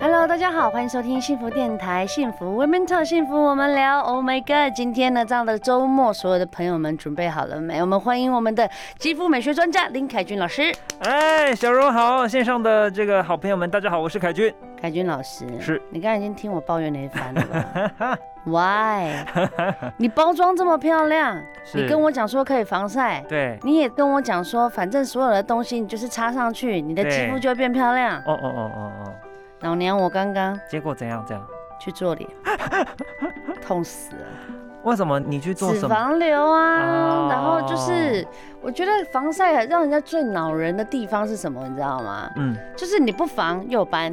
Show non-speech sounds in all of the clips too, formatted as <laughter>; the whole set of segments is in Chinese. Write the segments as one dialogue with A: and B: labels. A: Hello，大家好，欢迎收听幸福电台《幸福 Women Talk》，幸福我们聊。Oh my god！今天呢，这样的周末，所有的朋友们准备好了没？我们欢迎我们的肌肤美学专家林凯君老师。
B: 哎，小荣好，线上的这个好朋友们，大家好，我是凯君。
A: 凯君老师，
B: 是
A: 你刚才已经听我抱怨了一番了吧
B: <laughs>
A: ？Why？你包装这么漂亮，你跟我讲说可以防晒，
B: 对，
A: 你也跟我讲说，反正所有的东西你就是插上去，你的肌
B: 对
A: 肤就会变漂亮。
B: 哦哦哦哦哦，
A: 老娘我刚刚
B: 结果怎样？怎样？
A: 去做
B: <laughs>
A: 脸，痛死了。
B: 为什么你去做
A: 脂
B: 什么？
A: 肪瘤啊，
B: 哦
A: 然后就是我觉得防晒很让人家最恼人的地方是什么，你知道吗？
B: 嗯
A: 就是你不防又有斑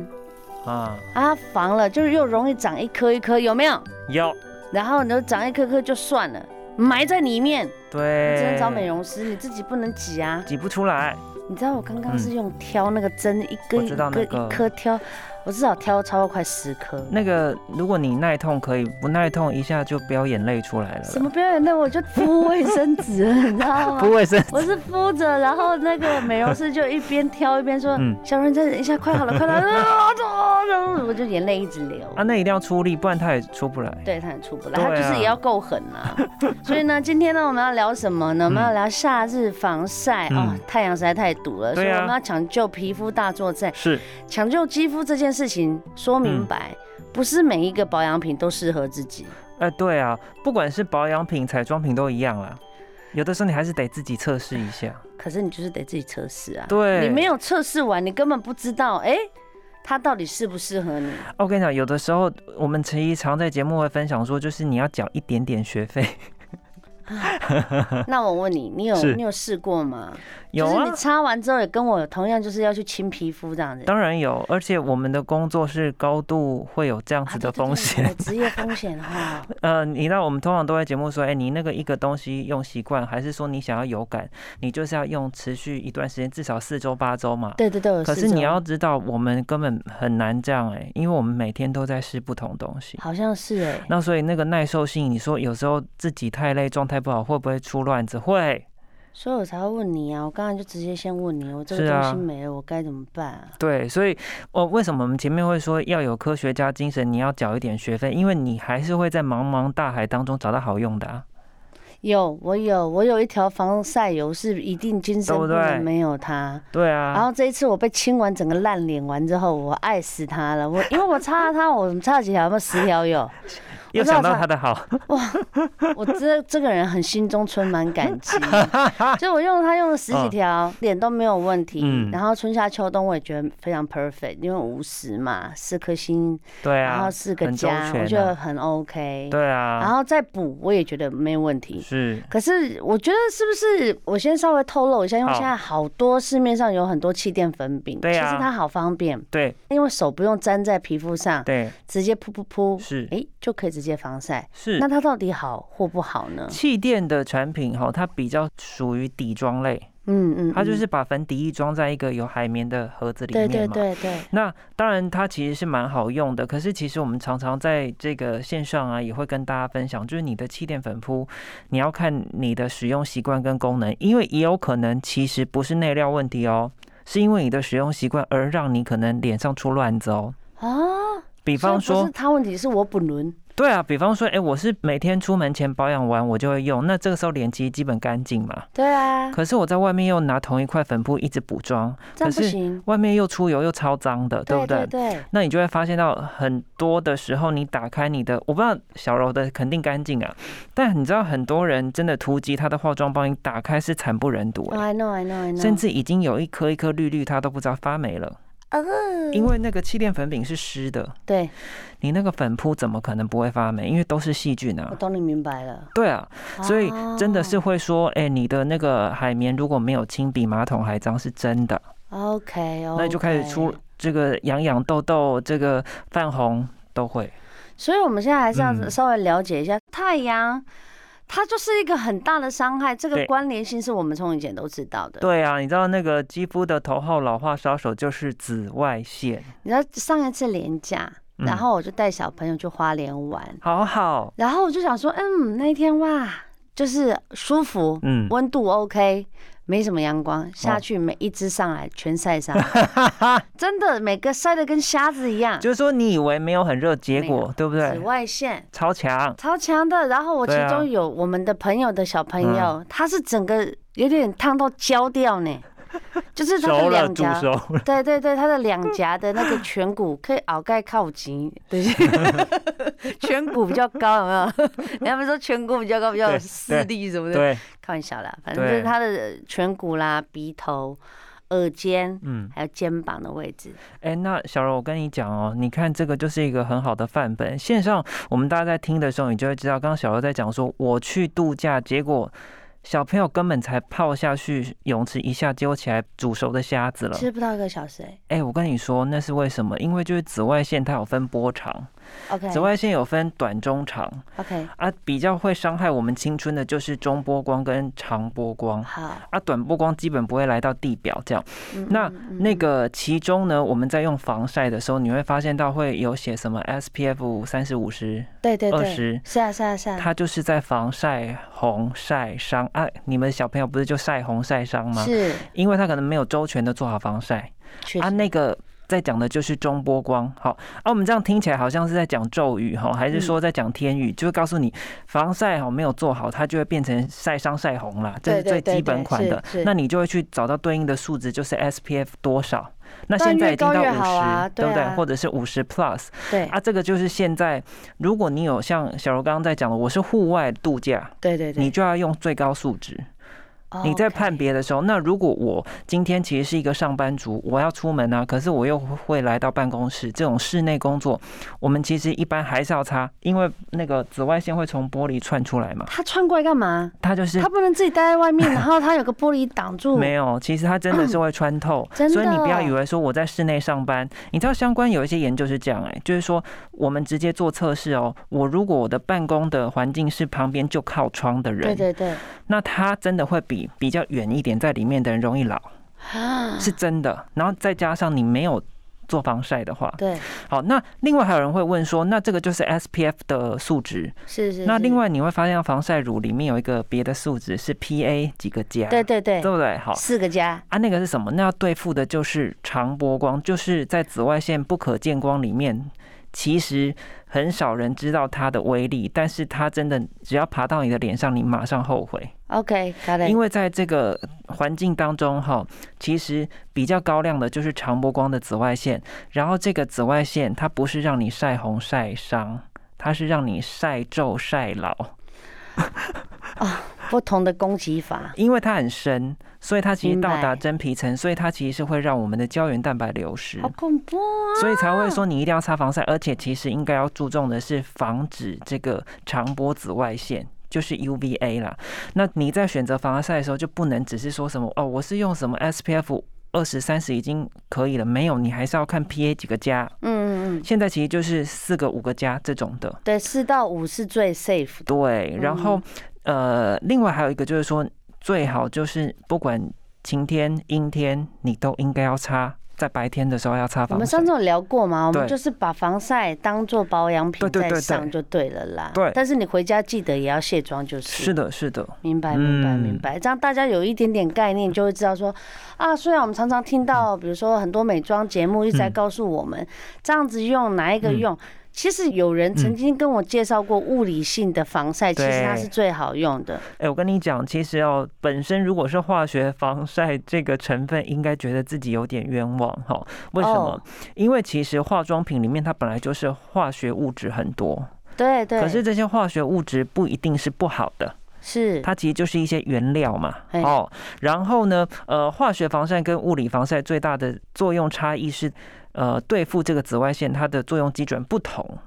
B: 啊，
A: 啊，防了就是又容易长一颗一颗，有没有？
B: 要
A: 然后你就长一颗颗就算了，埋在里面，你
B: 对，
A: 只能找美，容师，你自己不能挤啊。
B: 挤不出来，
A: 你知道我刚刚是用挑那个针，一根
B: 我
A: 一
B: 知道
A: 根
B: 那个
A: 一颗挑，我至少挑超过快十颗。
B: 那个，如果你耐痛可以，不耐痛一下就飙眼泪出来了啦。
A: 什么表演那我就敷卫生纸了，你知道吗？
B: 不卫生？
A: 我是敷着，然后那个美容师就一边挑一边说：“
B: 嗯
A: 小人再忍一下，快好了，快好了。啊”然后我就眼泪一直流。
B: 啊，那一定要出力，不然它也出不来。
A: 对他很出不来，
B: 对
A: 他
B: 啊
A: 就是也要够狠啊。所以呢，今天呢，我们要聊什么呢？我们要聊夏日防晒
B: 嗯
A: 哦，太阳实在太毒了，所以
B: 对
A: 我
B: 啊
A: 们要抢救皮肤大作战，
B: 是，
A: 抢救肌肤这件事情，说
B: 嗯
A: 明白。不是每一个保养品都适合自己，
B: 哎，对啊，不管是保养品、彩妆品都一样啦。有的时候你还是得自己测试一下。
A: 可是你就是得自己测试啊。
B: 对，
A: 你没有测试完，你根本不知道，哎、它到底适不适合
B: <laughs>
A: 你。
B: 哦我跟你讲，有的时候我们其实常在节目会分享说，就是你要缴一点点学费。
A: 那我问你，你有
B: 是
A: 你有试过吗？
B: 有
A: 就是
B: 啊
A: 你，擦完之后也跟我同样，就是要去清皮肤这样子。
B: 当然有，而且我们的工作是高度会有这样
A: 啊
B: 子
A: 对
B: 的
A: 对对
B: 风险。
A: 有职业风险哈。
B: 呃，你知道我们通常都会节目说，哎，你那个一个东西用习惯，还是说你想要有感，你就是要用持续一段时间，至少四周八周嘛。
A: 对对对，有
B: 可
A: 试
B: 是你
A: 着
B: 要知道，我们根本很难这样哎、因为我们每天都在试不同东西。
A: 好像是哎、
B: 那所以那个耐受性，你说有时候自己太累，状态不好，会不会出乱子？会。
A: 所以我才会问你啊。我刚才就直接先问你，我这个
B: 是
A: 东
B: 啊
A: 西没了，我该怎么办啊？
B: 对，所以我、哦为什么我们前面会说要有科学家精神，你要缴一点学费，因为你还是会在茫茫大海当中找到好用的啊。
A: 有，我有，我有一条防晒油是一定今生
B: 对
A: 不
B: 不对
A: 能没有它。
B: 对
A: 然
B: 啊，
A: 后这一次我被亲完整个烂脸完之后，我爱死它了。我因为我擦了它，我擦了几条，有没有十条有？
B: 又
A: 我知道
B: 想到
A: 他
B: 他
A: <laughs>
B: 的好，
A: 我这这个人很心中充满感
B: <laughs>
A: 激，所以我用它用了十几条，脸都没有问题。
B: 嗯
A: 然后春夏秋冬我也觉得非常 perfect，因为五十嘛，四颗星，
B: 对
A: 然后
B: 啊，
A: 四个
B: 很周
A: 加，
B: 全
A: 我觉得
B: 啊
A: 很 OK。
B: 对
A: 然
B: 啊，
A: 后再补我也觉得没有问题。
B: 是，
A: 可是我觉得是不是我先稍微透露一下，因为
B: 好
A: 现在好多市面上有很多气垫粉饼，
B: 对啊
A: 其实它好方便，
B: 对
A: 因为手不用粘在皮肤上，
B: 对
A: 直接噗噗噗，
B: 是
A: 哎就可以直接防晒。
B: 是
A: 那。它到底好或不好呢？
B: 气垫的产品哈，它比较属于底妆类，
A: 嗯嗯，
B: 它就
A: 嗯
B: 是把粉底液装在一个有海绵的盒子里
A: 对
B: 面嘛。
A: 对对对，
B: 那当然，它其实是蛮好用的。可是，其实我们常常在这个线上啊，也会跟大家分享，就是你的气垫粉扑，你要看你的使用习惯跟功能，因为也有可能其实不是内料问题哦，是因为你的使用习惯而让你可能脸上出乱子哦。
A: 啊，
B: 比
A: 所以
B: 方
A: 不
B: 说
A: 是，他问题是我本轮
B: 对啊，比方说，哎，我是每天出门前保养完我就会用，那这个时候脸其实基本干净嘛。
A: 对啊，
B: 可是我在外面又拿同一块粉扑一直补妆，
A: 这样不
B: 可是
A: 行，
B: 外面又出油又超脏的，对不
A: 对对，
B: 那你就会发现到很多的时候，你打开你的，我不知道小柔的肯定干净啊，但你知道很多人真的突击她的化妆包，你打开是惨不忍睹、
A: Oh,
B: 欸
A: I know I know I know，
B: 甚至已经有一颗一颗绿绿，她都不知道发霉了，
A: 呃
B: 因为那个气垫粉饼是湿的，
A: 对，
B: 你那个粉扑怎么可能不会发霉？因为都是细菌
A: 我
B: 啊。
A: 懂你明白了，
B: 对啊，所以真的是
A: 哦
B: 会说，哎、你的那个海绵如果没有清，比马桶还脏，是真的。
A: 哦 OK，
B: 那你就开始出。这个痒痒痘痘，这个泛红都会。
A: 所以我们现在还是要
B: 嗯
A: 稍微了解一下太阳。它就是一个很大的伤害，这个
B: 对
A: 关联性是我们从以前都知道的。
B: 对啊，你知道那个肌肤的头号老化杀手就是紫外线，
A: 你知道上一次连假，
B: 嗯
A: 然后我就带小朋友去花莲玩，
B: 好好，
A: 然后我就想说，嗯，那一天哇，就是舒服，
B: 嗯，
A: 温度 OK，没什么阳光，下去每一只上来全晒伤，
B: <laughs>
A: 真的每个晒的跟瞎子一样，
B: 就是说你以为没有很热，结
A: 没
B: 果
A: 有
B: 对不
A: 紫
B: 对？
A: 外线。
B: 超强，
A: 超强的，然后我其
B: 对啊嗯
A: 中有我们的朋友的小朋友，他是整个有点烫到焦掉
B: <laughs>
A: 呢，就是他的
B: 熟了
A: 两
B: 煮
A: 颊，
B: 熟了，
A: 对对对，他的两颊的那个颧骨可以鳌盖靠紧，对， <laughs> 颧骨比较高，有没有？人
B: <laughs>
A: 家不是说颧骨比较高比较有
B: 对
A: 视力什么的，
B: 对，
A: 开玩笑啦，反正就
B: 对
A: 是他的颧骨啦、鼻头、耳尖。
B: 嗯，
A: 还有肩膀的位置，
B: 哎，那小柔，我跟你讲哦，你看这个就是一个很好的范本。线上我们大家在听的时候，你就会知道，刚刚小柔在讲说，我去度假，结果小朋友根本才泡下去泳池一下，揪起来煮熟的虾子了。
A: 吃不到一个小时、欸。
B: 哎、我跟你说，那是为什么？因为就是紫外线它有分波长，
A: OK
B: 紫外线有分短、中、长
A: OK，
B: 啊，比较会伤害我们青春的就是中波光跟长波光。
A: 好。
B: 啊，短波光基本不会来到地表这样。
A: 嗯
B: 那
A: 嗯嗯
B: 那个其中呢，我们在用防晒的时候，你会发现到会有写什么 SPF 三十五十，
A: 对对对，
B: 20
A: 是啊是啊是啊，
B: 它就是在防晒红晒伤啊。你们小朋友不是就晒红晒伤吗？
A: 是
B: 因为他可能没有周全的做好防晒。
A: 确
B: 啊，
A: 实
B: 那个在讲的就是中波光，好啊，我们这样听起来好像是在讲咒语哈，还是说在讲天
A: 嗯
B: 语？就是告诉你防晒好没有做好，它就会变成晒伤晒红啦，这
A: 对
B: 是
A: 对
B: 最
A: 对
B: 基本
A: 对
B: 款
A: 是
B: 的
A: 是。
B: 那你就会去找到对应的数值，就是 SPF 多少。那
A: 当然
B: 现在
A: 越
B: 已经
A: 高
B: 到五
A: 越
B: 十、
A: 好啊
B: 对不
A: 对
B: 对？
A: 啊
B: 或者是五十 plus
A: 对
B: 啊，这个就是现在，如果你有像小柔刚刚在讲的，我是户外度假，
A: 对对对，
B: 你就要用最高数值。你在
A: 哦 OK
B: 判别的时候，那如果我今天其实是一个上班族，我要出门啊，可是我又会来到办公室，这种室内工作，我们其实一般还是要擦，因为那个紫外线会从玻璃窜出来嘛，
A: 他穿过来干嘛？
B: 它就是
A: 他不能自己待在外
B: <laughs>
A: 面，然后他有个玻璃挡住。
B: 没有，其实它真的是会穿透
A: <coughs> ，真的
B: 所以你不要以为说我在室内上班，你知道相关有一些研究是这样、哎，就是说我们直接做测试哦，我如果我的办公的环境是旁边就靠窗的人，
A: 对对对，
B: 那他真的会比比较远一点在里面的人容易老。
A: 啊，
B: 是真的。然后再加上你没有做防晒的话，
A: 对，
B: 好，那另外还有人会问说，那这个就是 SPF 的数值。
A: 是是。
B: 那
A: 是
B: 另，外你会发现，防晒乳里面有一个别的数值是 PA 几个加，
A: 对对对，
B: 不对？好。
A: 四个加，
B: 啊，那个是什么？那要对付的就是长波光，就是在紫外线不可见光里面，其实很少人知道它的威力，但是它真的只要爬到你的脸上，你马上后悔。
A: OK，好的
B: 因，为在这个环境当中，哈，其实比较高亮的就是长波光的紫外线，然后这个紫外线它不是让你晒红晒伤，它是让你晒皱晒老，
A: 不同的攻击法。
B: 因为它很深，所以它其实
A: 明白
B: 到达真皮层，所以它其实是会让我们的胶原蛋白流失
A: 好。恐怖啊！
B: 所以才会说你一定要擦防晒，而且其实应该要注重的是防止这个长波紫外线。就是 UVA 啦，那你在选择防晒的时候，就不能只是说什么哦，我是用什么 SPF 二十三十已经可以了，没有，你还是要看 PA 几个加。
A: 嗯嗯嗯，
B: 现在其实就是四个五个加这种的，
A: 对，四到五是最 safe 的。
B: 对。然后、
A: 嗯
B: 呃，另外还有一个就是说，最好就是不管晴天阴天，你都应该要擦，在白天的时候要擦
A: 我
B: 防
A: 们
B: 晒
A: 上。次有聊过嘛，我们
B: 对
A: 就是把防晒当做保养品
B: 对对
A: 在
B: 对对
A: 上就对了啦。
B: 对
A: 但是你回家记得也要卸妆，就是。
B: 是的，是的。
A: 明白，明白，
B: 嗯
A: 明白。这样大家有一点点概念，就会知道说，啊，虽然我们常常听到，比如说很多美妆节目一直在
B: 嗯
A: 告诉我们这样子用哪一个
B: 嗯
A: 用，其实有人曾经跟我介绍过物理性的防晒，其实它
B: 对
A: 是最好用的。
B: 哎、我跟你讲，其实哦，本身如果是化学防晒这个成分，应该觉得自己有点冤枉哈。为什么
A: 哦
B: 因为其实化妆品里面它本来就是化学物质很多，
A: 对对，
B: 可是这些化学物质不一定是不好的，
A: 是
B: 它其实就是一些原料嘛。
A: 哎
B: 哦，然后呢，呃，化学防晒跟物理防晒最大的作用差异是，呃，对付这个紫外线它的作用基准不同。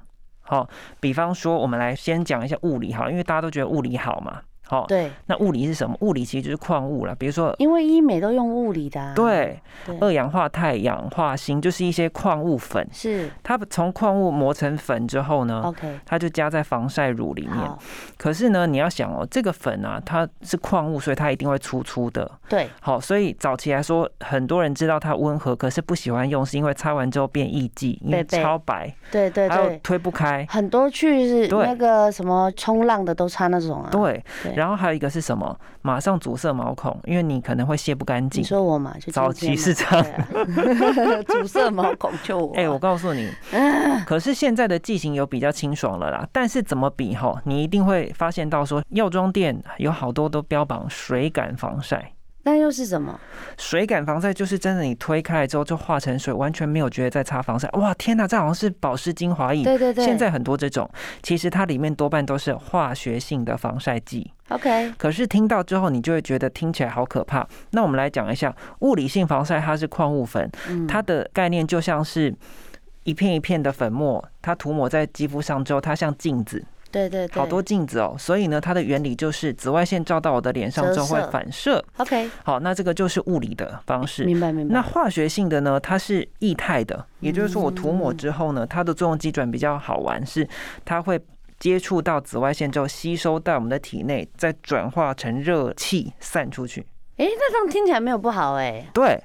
B: 好、比方说，我们来先讲一下物理哈，因为大家都觉得物理好嘛。好，
A: 对，
B: 那物理是什么？物理其实就是矿物啦，比如说
A: 因为医美都用物理的、啊，
B: 对
A: 对，
B: 二氧化钛、氧化锌，就是一些矿物粉。
A: 是
B: 它从矿物磨成粉之后呢，
A: OK，
B: 它就加在防晒乳里面。
A: 哦好，
B: 可是呢，你要想哦，这个粉啊，它是矿物，所以它一定会粗粗的。
A: 对，
B: 好，所以早期来说，很多人知道它温和，可是不喜欢用，是因为擦完之后变异剂，因
A: 对
B: 为
A: 对
B: 超白，
A: 对对
B: 还有
A: 对，
B: 推不开。
A: 很多去是
B: 对
A: 那个什么冲浪的都穿那种啊，
B: 对
A: 对，
B: 然后还有一个是什么？马上阻塞毛孔，因为你可能会卸不干
A: 你
B: 净。
A: 说我嘛，就
B: 早
A: 今天
B: 期
A: 嘛
B: 是这样
A: 对啊 <laughs> 阻塞毛孔就我，
B: 哎、我告诉
A: <laughs>
B: 你，
A: 嗯
B: 可是现在的剂型有比较清爽了啦，但是怎么比吼，你一定会发现到说，药妆店有好多都标榜水感防晒，
A: 那又是什么？
B: 水感防晒就是真的你推开来之后就化成水，完全没有觉得在擦防晒。哇，天哪，这好像是保湿精华液。
A: 对对对，
B: 现在很多这种，其实它里面多半都是化学性的防晒剂。
A: OK
B: 可是听到之后，你就会觉得听起来好可怕。那我们来讲一下物理性防晒，它是矿物粉，
A: 嗯
B: 它的概念就像是一片一片的粉末，它涂抹在肌肤上之后，它像镜子，
A: 对对对，
B: 好多镜子哦。所以呢，它的原理就是紫外线照到我的脸上之后
A: 折
B: 会
A: 射
B: 反射。
A: OK，
B: 好，那这个就是物理的方式。
A: 明白明白。
B: 那化学性的呢，它是液态的，
A: 嗯
B: 也就是说我涂抹之后呢，它的作用机转比较好玩，是它会。接触到紫外线之后，吸收到我们的体内，再转化成热气散出去。
A: 哎、那这样听起来没有不好哎、
B: 对，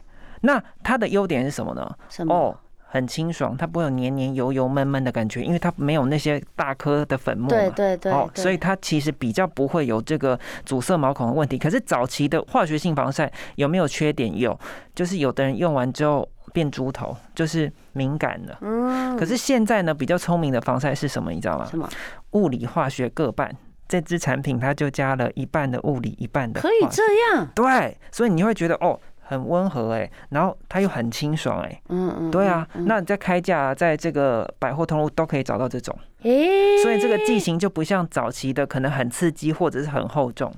B: 那它的优点是什么呢？
A: 什么？
B: 哦，很清爽，它不会有黏黏油油闷闷的感觉，因为它没有那些大颗的粉末嘛。
A: 对对对
B: 哦，
A: 对
B: 所以它其实比较不会有这个阻塞毛孔的问题。可是早期的化学性防晒有没有缺点？有，就是有的人用完之后变猪头，就是敏感了。
A: 嗯，
B: 可是现在呢，比较聪明的防晒是什么？你知道吗
A: 什？么
B: 物理化学各半，这支产品它就加了一半的物理，一半的
A: 可以
B: 化学
A: 这样？
B: 对，所以你会觉得哦，很温和哎、然后它又很清爽哎、
A: 嗯嗯，
B: 对啊，
A: 嗯嗯
B: 那你在开价，在这个百货通路都可以找到这种，
A: 诶、
B: 所以这个剂型就不像早期的可能很刺激或者是很厚重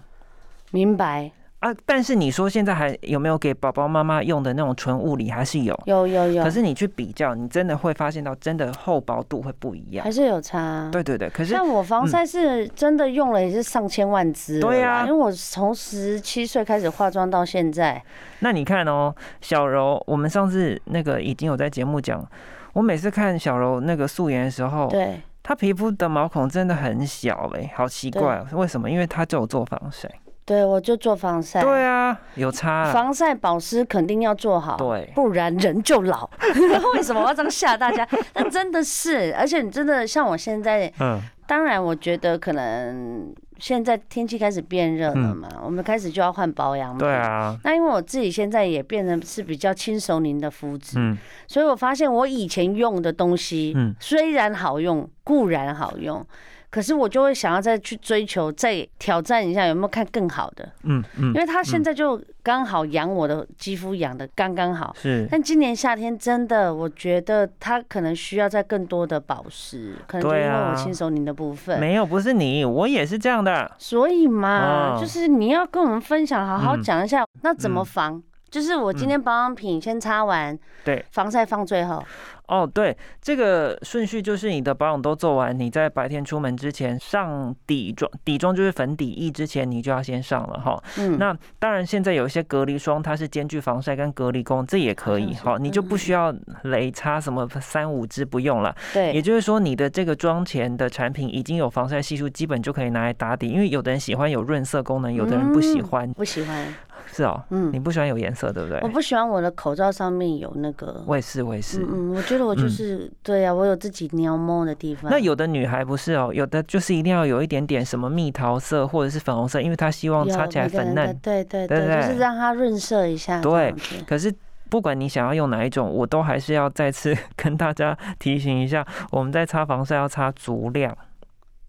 A: 明白，
B: 啊。但是你说现在还有没有给宝宝妈妈用的那种纯物理，还是有。
A: 有有有，
B: 可是你去比较，你真的会发现到真的厚薄度会不一样
A: 还。是有差、啊。
B: 对对对，可是嗯
A: 像我防晒是真的用了也是上千万支了啦，
B: 对啊
A: 因为我从十七岁开始化妆到现在，
B: 那你看哦，小柔，我们上次那个已经有在节目讲，我每次看小柔那个素颜的时候，
A: 对，
B: 她皮肤的毛孔真的很小哎、好奇怪哦、为什么？因为她就有做防晒。
A: 对我就做防晒，
B: 对啊，有差啦。
A: 防晒保湿肯定要做好，
B: 对
A: 不然人就老。
B: <laughs>
A: 为什么我要这样吓大家？ <laughs> 但真的是，而且你真的像我现在，
B: 嗯，
A: 当然我觉得可能现在天气开始变热了嘛，我们开始就要换保养品。
B: 嗯对。啊，
A: 那因为我自己现在也变成是比较轻熟龄的肤质，
B: 嗯，
A: 所以我发现我以前用的东西，
B: 嗯
A: 虽然好用，固然好用，可是我就会想要再去追求，再挑战一下有没有看更好的。
B: 嗯嗯
A: 因，为它现在就刚好养我的肌肤养的刚刚好。
B: 是
A: 但今年夏天真的，我觉得它可能需要再更多的保湿，可能就因
B: 对
A: 为
B: 啊
A: 我亲手您的部分。
B: 没有，不是你，我也是这样的。
A: 所以嘛，
B: 哦
A: 就是你要跟我们分享，好好
B: 嗯
A: 讲一下，那怎么
B: 嗯
A: 防？就是我今天保养品先擦完，
B: 对，
A: 防晒放最后。
B: 哦，对，这个顺序就是你的保养都做完，你在白天出门之前上底妆，底妆就是粉底液之前你就要先上了哈。
A: 嗯，
B: 那当然，现在有一些隔离霜，它是兼具防晒跟隔离功，这也可
A: 好
B: 以
A: 像是
B: 哈，你就不需要雷擦什么三五支不用了。也
A: 对，
B: 就是说，你的这个妆前的产品已经有防晒系数，基本就可以拿来打底，因为有的人喜欢有润色功能，有的人不喜
A: 嗯
B: 欢，
A: 不喜欢。
B: 是哦。
A: 嗯
B: 你，不喜欢有颜色，对不对
A: 我？不喜欢我的口罩上面有那个。
B: 我也是，我也是。
A: 嗯嗯，我觉得我就
B: 嗯
A: 是、对呀、啊，我有自己喵猫的地方。
B: 那有的女孩不是哦，有的就是一定要有一点点什么蜜桃色或者是粉红色，因为她希望
A: 有
B: 擦起来
A: 每个
B: 粉
A: 人的
B: 嫩。
A: 对对
B: 对
A: 对，
B: 不对
A: 就是让它润色一下。
B: 对
A: 这样子，
B: 可是不管你想要用哪一种，我都还是要再次跟大家提醒一下，我们在擦防晒要擦足量。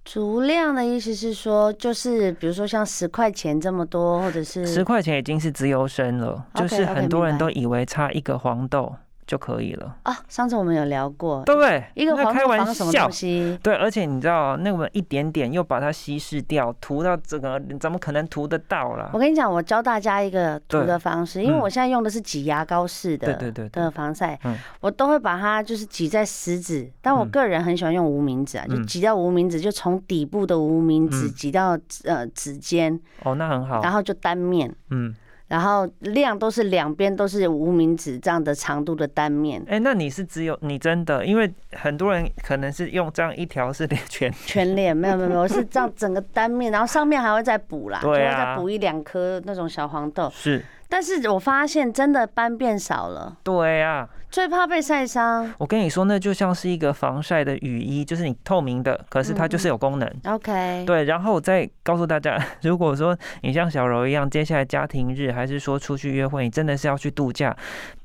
A: 足量的意思是说，就是比如说像十块钱这么多，或者是
B: 十块钱已经是自由身了，就
A: 嗯 OK，OK，
B: 是很多人
A: 明白
B: 都以为擦一个黄豆。就可以了，
A: 啊，上次我们有聊过，
B: 对不对？
A: 一个
B: 那
A: 黄
B: 开
A: 豆
B: 玩
A: 防什么
B: 笑
A: 东西？
B: 对，而且你知道，那么一点点又把它稀释掉，涂到这个，怎么可能涂得到啦
A: 我？跟你讲，我教大家一个涂
B: 对
A: 的方式，因为
B: 嗯
A: 我现在用的是挤牙膏式的，
B: 对对对对
A: 的防晒，
B: 嗯
A: 我都会把它就是挤在食指，但我
B: 嗯
A: 个人很喜欢用无名指啊，就
B: 嗯
A: 挤到无名指，就从底部的无名指
B: 嗯
A: 挤到、呃指尖，
B: 哦，那很好
A: 然，后就单面。
B: 嗯，
A: 然后量都是两边都是无名指这样的长度的单面，
B: 哎、那你是只有你真的，因为很多人可能是用这样一条是连全，
A: 全脸没有没有没有，我是这样整个单面，然后上面还会再补啦，就
B: 对
A: 会
B: 啊
A: 再补一两颗那种小黄豆。
B: 是，
A: 但 <laughs> 是我发现真的斑变少了，
B: 对啊，
A: 最怕被晒伤。
B: 我跟你说，那就像是一个防晒的雨衣，就是你透明的，可
A: 嗯
B: 是它就是有功能。
A: OK，
B: 对，然后我再告诉大家， <laughs> 如果说你像小柔一样，接下来家庭日还是说出去约会，你真的是要去度假，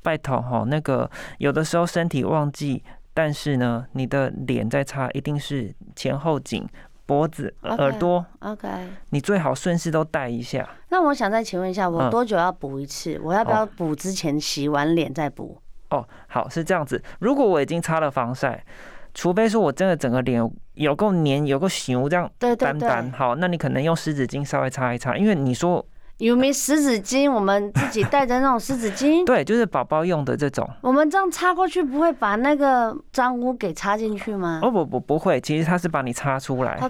B: 拜托哈，那个有的时候身体忘记，但是呢，你的脸在擦，一定是前后颈、脖子、
A: OK
B: 耳朵，
A: OK。
B: 你最好顺势都带一下。
A: 那我想再请问一下，我
B: 嗯
A: 多久要补一次？我要不要补之前洗完脸再补？
B: 哦，好，是这样子。如果我已经擦了防晒，除非说我真的整个脸有够黏、有够油这样
A: 对对
B: 单单
A: 对，
B: 好，那你可能用湿纸巾稍微擦一擦，因为你说
A: 有没湿纸巾？我们自己带着那种湿纸巾，
B: <laughs> 对，就是宝宝用的这种。
A: 我们这样擦过去，不会把那个脏污给擦进去吗
B: 哦不不不会，其实它是把你擦出来，还有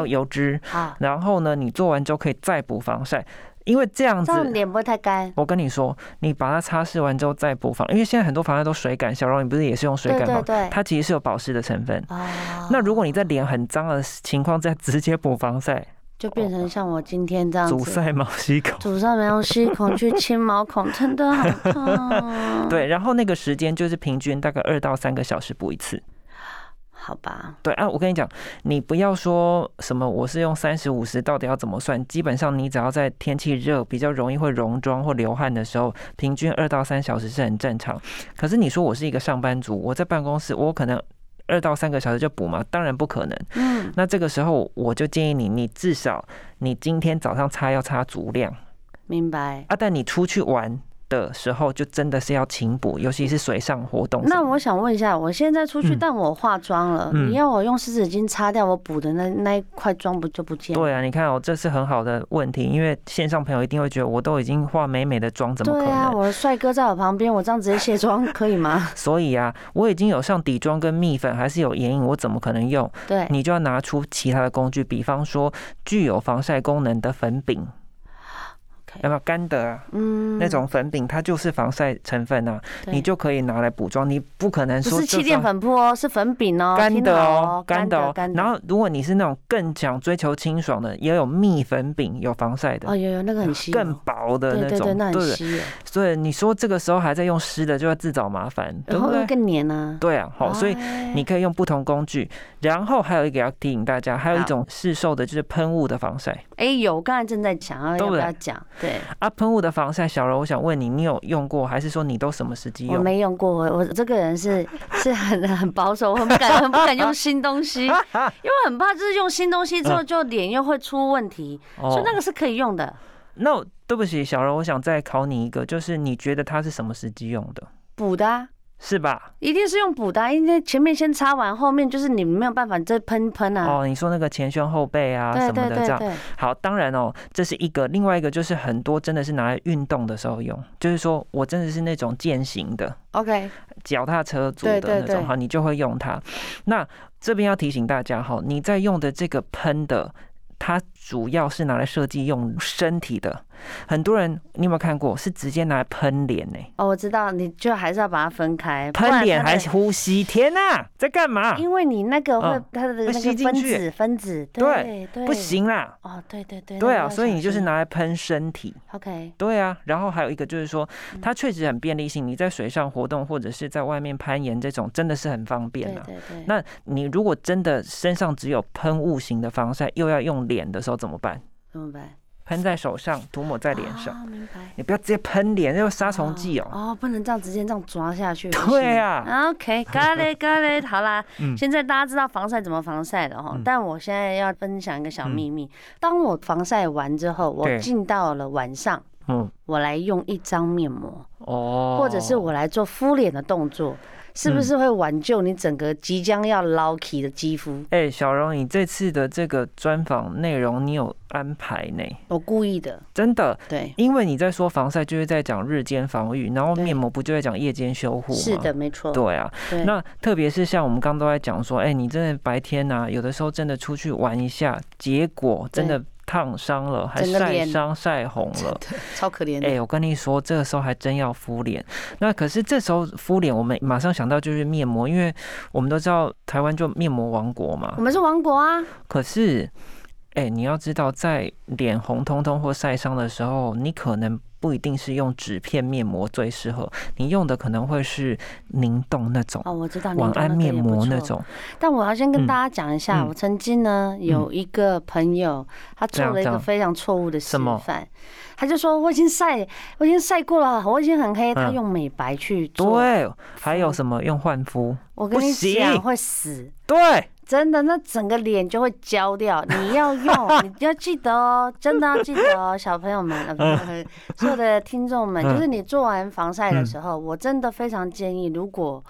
A: ？OK，
B: 油脂，
A: 好，
B: 然后呢，你做完之后可以再补防晒，因为这样
A: 这样
B: 子。
A: 脸不会太干。
B: 我跟你说，你把它擦拭完之后再补防，因为现在很多防晒都水感，小柔你不是也是用水
A: 对
B: 感吗
A: 对？对，
B: 它其实是有保湿的成分。
A: 哦
B: 那如果你在脸很脏的情况下 <laughs> 直接补防晒，
A: 就变成像我今天这样
B: 阻
A: 子，
B: 塞毛细孔。
A: 祖 <laughs> 上没有吸孔去清毛孔，真的好痛。，
B: <laughs> 对，然后那个时间就是平均大概二到三个小时补一次。
A: 好吧，
B: 对啊，我跟你讲，你不要说什么我是用三十五十，到底要怎么算？基本上你只要在天气热、比较容易会溶妆或流汗的时候，平均二到三小时是很正常。可是你说我是一个上班族，我在办公室，我可能。二到三个小时就补嘛，当然不可能。
A: 嗯，
B: 那这个时候我就建议你，你至少你今天早上擦要擦足量
A: 明白。
B: 啊，但你出去玩的时候就真的是要勤补，尤其是水上活动什么的。
A: 那我想问一下，我现在出去，
B: 嗯
A: 但我化妆了，
B: 嗯
A: 你要我用湿纸巾擦掉我补的那那一块妆，不就不见了？
B: 对啊，你看哦，这是很好的问题，因为线上朋友一定会觉得我都已经化美美的妆，怎么可
A: 对
B: 能？
A: 啊，我的帅哥在我旁边，我这样直接卸妆可以吗？
B: <laughs> 所以啊，我已经有上底妆跟蜜粉，还是有眼影，我怎么可能用？
A: 对，
B: 你就要拿出其他的工具，比方说具有防晒功能的粉饼。有没有干的啊？
A: 嗯，
B: 那种粉饼它就是防晒成分啊，
A: 对
B: 你就可以拿来补妆。你不可能
A: 不
B: 说
A: 是
B: 就
A: 气垫
B: 上
A: 粉扑哦，是粉饼哦，
B: 干的
A: 听好
B: 哦，
A: 干
B: 干的哦
A: 干。的。
B: 然后如果你是那种更想追求清爽的，也有蜜粉饼有防晒的啊
A: 哦，，有有那个很稀有，
B: 更薄的
A: 对
B: 那
A: 对对，
B: 种，
A: 那
B: 对
A: 很
B: 不对
A: 稀有，
B: 所以你说这个时候还在用湿的，就要自找麻烦，对
A: 然
B: 不
A: 后又
B: 对？
A: 更黏啊。
B: 对啊，好，所以
A: 哎
B: 你可以用不同工具，然后还有一个要提醒大家，还有一种市售的就是喷雾的防晒
A: 哎、有，我刚才正在想要
B: 对
A: 要
B: 不
A: 不
B: 对
A: 要讲？对，
B: 啊。喷雾的防晒，小柔，我想问你，你有用过，还是说你都什么时机
A: 我
B: 用？
A: 没用过，我我这个人是是很很保守，我很不敢很不敢用新东西，因 <laughs> 为我很怕就是用新东西之
B: 嗯
A: 后就脸又会出问题，所以那个是可以用的。
B: 哦那我对不起，小柔，我想再考你一个，就是你觉得它是什么时机用的，
A: 补的、啊、
B: 是吧？
A: 一定是用补的、啊，因为前面先擦完，后面就是你没有办法再喷喷啊。
B: 哦，你说那个前胸后背啊
A: 对
B: 什
A: 对
B: 么的这
A: 对
B: 样，
A: 对，
B: 好，当然哦，这是一个，另外一个就是很多真的是拿来运动的时候用，就是说我真的是那种健行的，
A: OK，
B: 脚踏车族的
A: 对对
B: 那
A: 对
B: 种哈，你就会用它。那这边要提醒大家哈，你在用的这个喷的，它主要是拿来设计用身体的。很多人你有没有看过，是直接拿来喷脸呢、
A: 哦，我知道，你就还是要把它分开，不然
B: 喷脸
A: 它的
B: 还呼吸，天呐、在干嘛？
A: 因为你那个会
B: 啊嗯
A: 它的那
B: 会
A: 个
B: 吸进
A: 分
B: 去
A: 子分子，
B: 对
A: 对，
B: 不。行啦，
A: 哦，对对对，
B: 对
A: 那个要
B: 啊，所以你就是
A: 小心
B: 拿来喷身体。
A: OK，
B: 对啊，然后还有一个就是说
A: 嗯，
B: 它确实很便利性。你在水上活动或者是在外面攀岩这种，真的是很方
A: 对
B: 便啊。
A: 对对。
B: 那你如果真的身上只有喷雾型的防晒，又要用脸的时候怎么办？
A: 怎么办？
B: 喷在手上，涂抹在脸上，
A: 啊，明白。
B: 你不要直接喷脸，那个杀虫剂哦。
A: 哦，不能这样直接这样抓下去。不
B: 对
A: 行
B: 啊
A: OK，got it，got it，好啦。
B: <laughs> 嗯
A: 现在大家知道防晒怎么防晒了哈，
B: 嗯
A: 但我现在要分享一个小秘密。当我防晒完之后，我
B: 对
A: 进到了晚上，
B: 嗯，
A: 我来用一张面膜。
B: 哦，嗯
A: 或者是我来做敷脸的动作，是不是会挽救你整个即将要捞起的肌肤？
B: 哎、小荣，你这次的这个专访内容你有安排呢？
A: 我故意的，
B: 真的，
A: 对，
B: 因为你在说防晒，就是在讲日间防御，然后
A: 对
B: 面膜不就在讲夜间修护吗？
A: 是的，，没错，
B: 对啊。
A: 对，
B: 那特别是像我们刚刚都在讲说，哎、你真的白天呐、有的时候真的出去玩一下，结果真的烫伤了，还
A: 整个
B: 晒
A: 脸
B: 伤晒红了。
A: 超可怜
B: 哎、
A: 的，
B: 我跟你说，这个时候还真要敷脸。那可是这时候敷脸，我们马上想到就是面膜，因为我们都知道台湾就面膜王国嘛
A: 我。们是王国啊，
B: 可是，哎、你要知道，在脸红通通或晒伤的时候，你可能不一定是用纸片面膜最适合，你用的可能会是凝冻那种。
A: 哦，我知道，
B: 晚
A: 你讲
B: 安
A: 那个也
B: 面
A: 不
B: 膜那
A: 错
B: 种，
A: 但我要先跟
B: 嗯
A: 大家讲一下，
B: 嗯
A: 我曾经呢有一个朋友，他
B: 这
A: 做
B: 样
A: 了一
B: 这
A: 个
B: 样
A: 非常错误的示
B: 什么
A: 范，他就说我已经晒，我已经晒过了，我已经很黑，
B: 嗯
A: 他用美白去做，
B: 对，还有什么用焕肤？
A: 我跟
B: 不
A: 你
B: 行
A: 讲会死。
B: 对，
A: 真的，那整个脸就会焦掉。你要
B: <laughs>
A: 用，你要记得哦，真的要记得哦，小朋友们，呃不是所有的听众们，
B: 嗯
A: 就是你做完防晒的时候，我真的非常建议，如果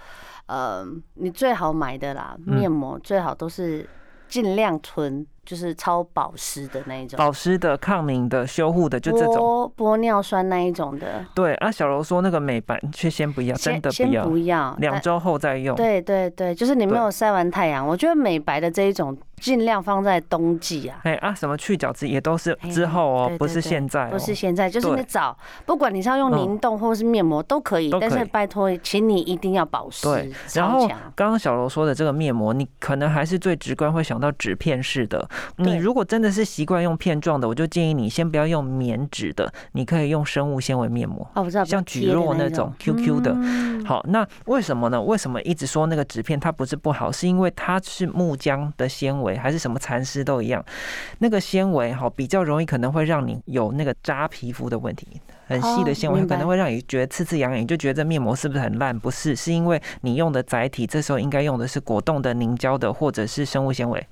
A: 呃你最好买的啦，
B: 嗯
A: 面膜最好都是尽量纯，就是超保湿的那一种，
B: 保湿的、抗敏的、修护的，就这种。
A: 玻玻尿酸那一种的，
B: 对啊，小柔说那个美白却先不要，真
A: 先
B: 的
A: 先
B: 不要
A: 不，要，
B: 两周后再用。
A: 对对对，就是你没
B: 对
A: 有晒完太阳，我觉得美白的这一种尽量放在冬季啊。
B: 哎啊，什么去角质也都是
A: 哎
B: 之后哦
A: 对，
B: 不
A: 对
B: 是
A: 对
B: 现在哦
A: 不。是现在，就是你
B: 对
A: 找，不管你是要用
B: 嗯
A: 凝冻或是面膜都可以
B: 都，可以
A: 但是拜托，请你一定要保湿
B: 对，然
A: 超
B: 后
A: 强。
B: 刚刚小柔说的这个面膜，你可能还是最直观会想到纸片式的。你
A: 对
B: 如果真的是习惯用片状的，我就建议你先不要用棉质的，你可以用生物纤维面膜。
A: 哦，我知道，
B: 像
A: 比较贴
B: 菊
A: 的
B: 若
A: 那
B: 那种 QQ 的
A: 嗯
B: 好，那为什么呢？为什么一直说那个纸片它不是不好？是因为它是木浆的纤维，还是什么蚕丝都一样？那个纤维哈比较容易可能会让你有那个扎皮肤的问题，很细的
A: 哦
B: 纤维
A: 明白
B: 可能会让你觉得刺刺痒痒，你就觉得这面膜是不是很烂？不是，是因为你用的载体这时候应该用的是果冻的凝胶的或者是生物纤维。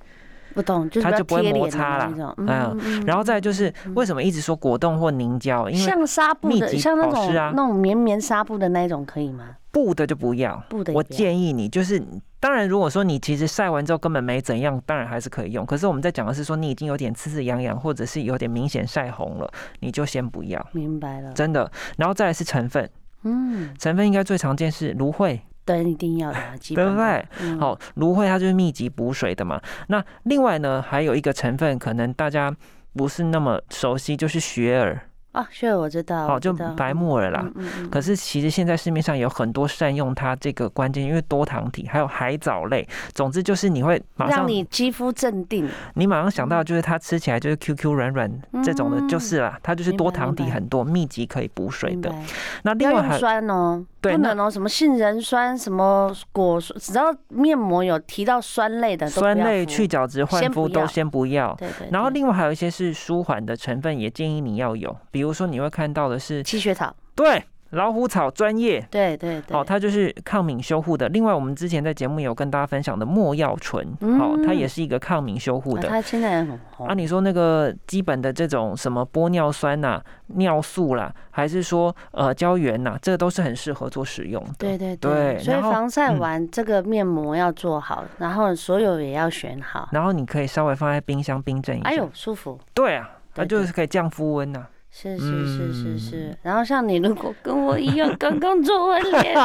A: 不懂，就是
B: 它
A: 比较
B: 就不会
A: 贴
B: 摩
A: 脸的
B: 擦
A: 那
B: 啦
A: 种，
B: 嗯然后再来就是为什么一直说果冻或凝胶？因为
A: 嗯像纱布
B: 密
A: 的，
B: 集
A: 像那
B: 保
A: 种
B: 湿啊
A: 那种绵绵纱布的那一种可以吗？
B: 布的就不要。
A: 布的也
B: 我
A: 不要
B: 建议你，就是当然，如果说你其实晒完之后根本没怎样，当然还是可以用。可是我们在讲的是说，你已经有点刺刺痒痒，或者是有点明显晒红了，你就先不要，
A: 明白了，
B: 真的。然后再来是成分，
A: 嗯，
B: 成分应该最常见是芦荟，
A: 对，一定要的啊，基
B: 对
A: 本
B: 不
A: 的
B: 对？
A: 嗯
B: 好，芦荟它就是密集补水的嘛。那另外呢，还有一个成分可能大家不是那么熟悉，就是雪耳，
A: 啊，是，我知道，
B: 好，
A: 我
B: 就
A: 知道
B: 白木耳啦。
A: 嗯嗯嗯
B: 可是其实现在市面上有很多善用它这个关键，因为多糖体还有海藻类，总之就是你会马上
A: 让你肌肤镇定，
B: 你马上想到就是它吃起来就是 QQ 软软这种的，
A: 嗯
B: 就是啦，它就是
A: 明白
B: 多糖体
A: 明白
B: 很多，密集可以补水
A: 明
B: 的。
A: 白。
B: 那
A: 不
B: 另
A: 要
B: 外
A: 用
B: 还
A: 酸哦，
B: 对
A: 不
B: 那
A: 能哦，什么杏仁酸、什么果酸，只要面膜有提到酸类的，都不要
B: 酸类
A: 敷
B: 去。角质焕
A: 先不
B: 肤都
A: 要
B: 先不要。
A: 对对。
B: 然后
A: 对
B: 另外还有一些是舒缓的成分，也建议你要有，比如说你会看到的是
A: 七雪草，
B: 对老虎草专业。
A: 对对对。
B: 哦，它就是抗敏修护的。另外，我们之前在节目有跟大家分享的墨药醇，哦，它
A: 嗯
B: 也是一个抗敏修护
A: 啊
B: 的。
A: 它现在也很红。
B: 啊，你说那个基本的这种什么玻尿酸呐、尿素啦，还是说呃胶原呐、这都是很适合做使用的。
A: 对对
B: 对
A: 所以
B: 然后
A: 防晒
B: 嗯
A: 完这个面膜要做好，然后所有也要选好。
B: 然后你可以稍微放在冰箱冰镇一下。
A: 哎呦，，舒服。
B: 对啊，它
A: 对
B: 就是可以降肤温呐、
A: 是是是是
B: 嗯
A: 是，然后像你如果跟我一样刚刚做完脸，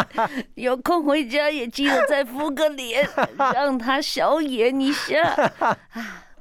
A: 有空回家也记得再敷个
B: <laughs>
A: 脸，让它消炎一下。啊，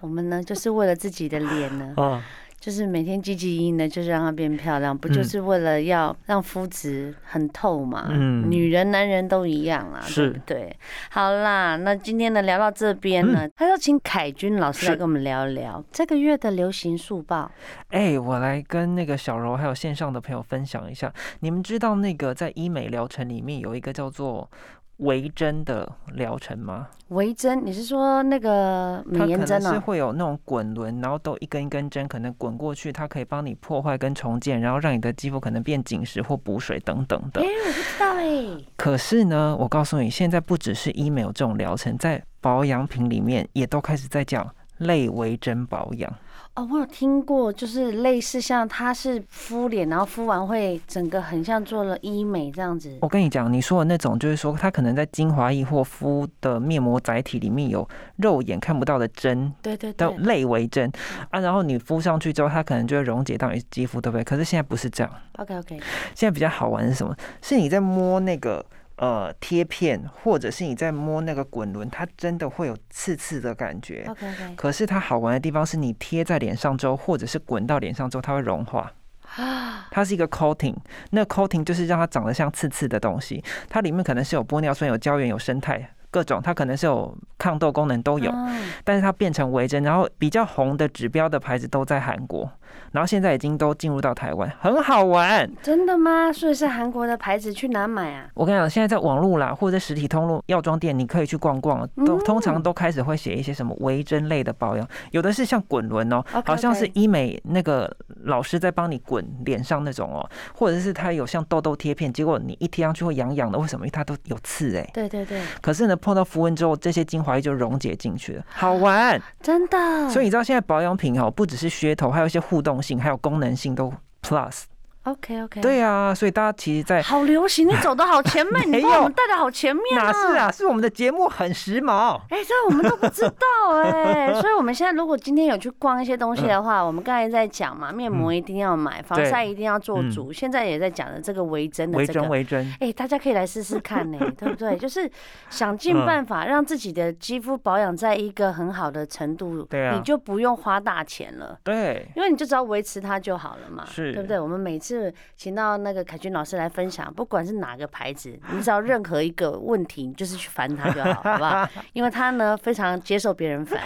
A: 我们呢就是为了自己的脸呢，
B: 啊。
A: 就是每天积极营呢，就是让它变漂亮，不就
B: 嗯
A: 是为了要让肤质很透嘛？
B: 嗯
A: 女人男人都一样啦，对
B: 是
A: 不对？好啦，那今天呢聊到这边呢，还要请凯军老师来
B: 嗯是
A: 跟我们聊聊这个月的流行速报。
B: 哎、我来跟那个小柔还有线上的朋友分享一下，你们知道那个在医美疗程里面有一个叫做微针的疗程吗？
A: 微针，你是说那个美
B: 它可
A: 颜
B: 能
A: 针
B: 是
A: 啊？
B: 会有那种滚轮，然后都一根一根针，可能滚过去，它可以帮你破坏跟重建，然后让你的肌肤可能变紧实或补水等等
A: 哎、
B: 的。
A: 我不知道哎、
B: 可是呢，我告诉你，现在不只是医美有这种疗程，在保养品里面也都开始在讲类微针保养。
A: 哦，我有听过，就是类似像它是敷脸，然后敷完会整个很像做了医美这样子。
B: 我跟你讲，你说的那种，就是说它可能在精华液或敷的面膜载体里面有肉眼看不到的针，
A: 对对
B: 叫
A: 对，
B: 类为针啊，然后你敷上去之后，它可能就会溶解到你肌肤，对不对？可是现在不是这样，
A: OK OK，
B: 现在比较好玩是什么？是你在摸那个呃贴片，或者是你在摸那个滚轮，它真的会有刺刺的感觉。
A: OK OK，
B: 可是它好玩的地方是你贴在脸上之后，或者是滚到脸上之后，它会融化。
A: 啊
B: 它是一个 coating，那 coating 就是让它长得像刺刺的东西，它里面可能是有玻尿酸、有胶原、有生态各种，它可能是有抗痘功能都有。
A: 嗯
B: 但是它变成微针，然后比较红的指标的牌子都在韩国，然后现在已经都进入到台湾，很好玩。
A: 真的吗？所以是韩国的牌子，去哪买啊？
B: 我跟你讲，现在在网络啦，或者在实体通路药妆店，你可以去逛逛，都通常都开始会写一些什么微针类的保养，有的是像滚轮哦，
A: OK，OK
B: 好像是医美那个老师在帮你滚脸上那种哦，或者是它有像痘痘贴片，结果你一贴上去会痒痒的，为什么？因为它都有刺哎、
A: 对对对，
B: 可是呢，碰到符文之后，这些精华液就溶解进去了，好玩。
A: 真的。
B: 所以你知道现在保养品哦，不只是噱头，还有一些互动性，还有功能性都 plus。
A: OK OK，，
B: 对啊，所以大家其实在，
A: 好流行，你走的好前
B: <laughs>
A: 面，
B: 没
A: 你
B: 有
A: 把我们带的好前面
B: 哪
A: 啊。
B: 是啊，是我们的节目很时髦。
A: <laughs> 哎、这我们都不知道哎、所以我们现在如果今天有去逛一些东西的话，我们刚才在讲嘛，面膜一定要买，防
B: 嗯对嗯
A: 晒一定要做足，现在也在讲的这个微针的
B: 微
A: 这
B: 针
A: 个。
B: 微针，
A: 哎、大家可以来试试看呢、对不对？就是想尽
B: 嗯
A: 办法让自己的肌肤保养在一个很好的程度，
B: 对啊
A: 你就不用花大钱了。
B: 对，
A: 因为你就只要维持它就好了嘛，
B: 是
A: 对不对？我们每次请到那个凯君老师来分享，不管是哪个牌子，你只要任何一个问题，你就是去烦他就好，好不
B: <laughs>
A: 好？因为他呢非常接受别人烦，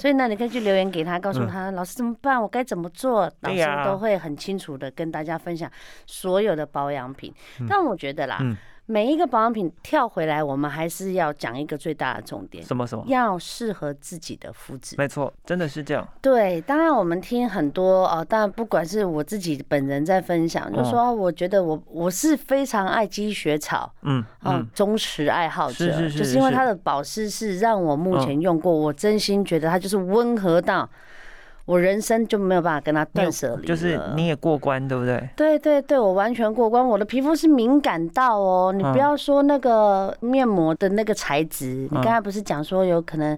A: 所以呢你可以去留言给他，告诉
B: 嗯
A: 他、老师怎么办，我该怎么做，老
B: 对
A: 师
B: 呀
A: 都会很清楚的跟大家分享所有的保养品。但我觉得啦，
B: 嗯
A: 每一个保养品跳回来，我们还是要讲一个最大的重点，
B: 什么什么，
A: 要适合自己的肤质。
B: 没错，真的是这样。
A: 对，当然我们听很多哦，当然不管是我自己本人在分享，就说、啊我觉得我我是非常爱积雪草
B: 嗯
A: 哦，
B: 嗯，
A: 忠实爱好者，
B: 是是是
A: 就是因为
B: 是嗯
A: 它的保湿是让我目前用过，我真心觉得它就是温和到我人生就没有办法跟它断舍离了，
B: 就是你也过关，对不对？
A: 对对对，我完全过关。我的皮肤是敏感到哦，你
B: 嗯
A: 不要说那个面膜的那个材质，你
B: 嗯
A: 刚才不是讲说有可能，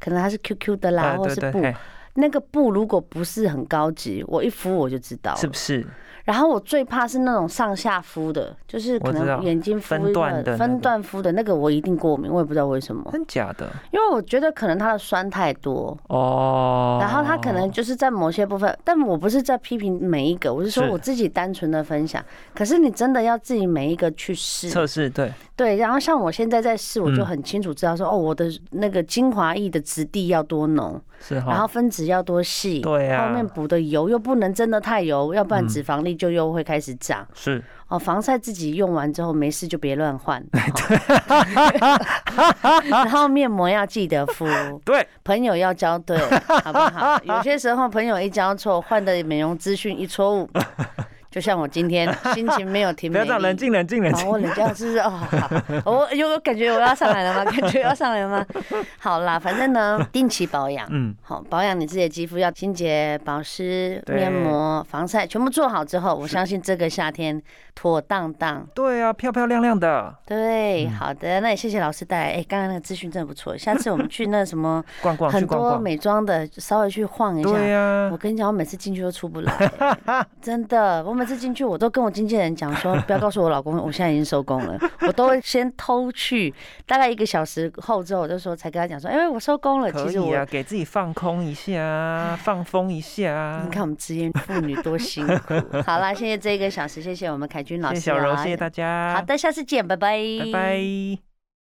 A: 可能它是 QQ 的啦，
B: 啊，
A: 或是
B: 对
A: 布
B: 对，嘿
A: 那个布如果不是很高级，我一敷我就知道了
B: 是不是？
A: 然后我最怕是那种上下敷的，就是可
B: 我知道
A: 能眼睛敷
B: 分
A: 一
B: 段的那
A: 个
B: 个
A: 分段敷的那个，我一定过敏，我也不知道为什么，
B: 真假的
A: 因为我觉得可能它的酸太多。
B: 哦。
A: 然后它可能就是在某些部分，但我不是在批评每一个，我是说
B: 是
A: 我自己单纯的分享。可是你真的要自己每一个去试，
B: 测试，对，
A: 对。然后像我现在在试，我就
B: 嗯
A: 很清楚知道说，哦，我的那个精华液的质地要多浓，
B: 是
A: 然后
B: 哈，
A: 分子要多细，
B: 对啊
A: 后面补的油又不能真的太油，要不然脂肪粒就又会开始长。
B: 是
A: 哦，防晒自己用完之后没事就别乱
B: <laughs>
A: 换。
B: 哎
A: 哦 <laughs> 然后面膜要记得敷，
B: 对，
A: 朋友要交
B: <laughs>
A: 对，好不好？有些时候朋友一交错，换的美容资讯一错
B: <laughs>
A: 误，就像我今天心情没有停，
B: 不要这样，
A: 美丽
B: 冷静，冷静，冷
A: 好，
B: 静。
A: 我冷静是不是？哦，好，
B: <laughs>
A: 我有有感觉我要上来了吗？感觉要上来了吗？好啦，反正呢，定期保养。
B: 嗯，
A: 好，保养你自己的肌肤要清洁、保湿、
B: 对
A: 面膜、防晒，全部做好之后，我相信这个夏天妥当当。
B: 对啊，漂漂亮亮的，嗯
A: 对，好的，那也谢谢老师带来。哎，刚刚那个资讯真的不错，下次我们去那什
B: <laughs>
A: 么
B: 逛逛，去
A: 很
B: 逛
A: 多
B: 逛。
A: 美妆的，稍微去晃一下。
B: 对啊呀、
A: 我跟你讲，我每次进去都出不来、
B: <laughs>
A: 哎真的。我每次进去，我都跟我经纪人讲说，不要告诉我老公，我现在已经收工了。我都会先偷去，大概一个小时后之后，我就说才跟他讲说，因、哎为我收工了。
B: 可
A: 其实我
B: 以啊，给自己放空一下，放风一下。
A: 你看，我们职业妇女多辛苦。好啦，谢谢这一个小时，谢谢我们凯君老
B: 谢谢
A: 师、
B: 小
A: 啊，
B: 柔，谢谢大家。
A: 好，的，下次见，拜拜，
B: 拜拜。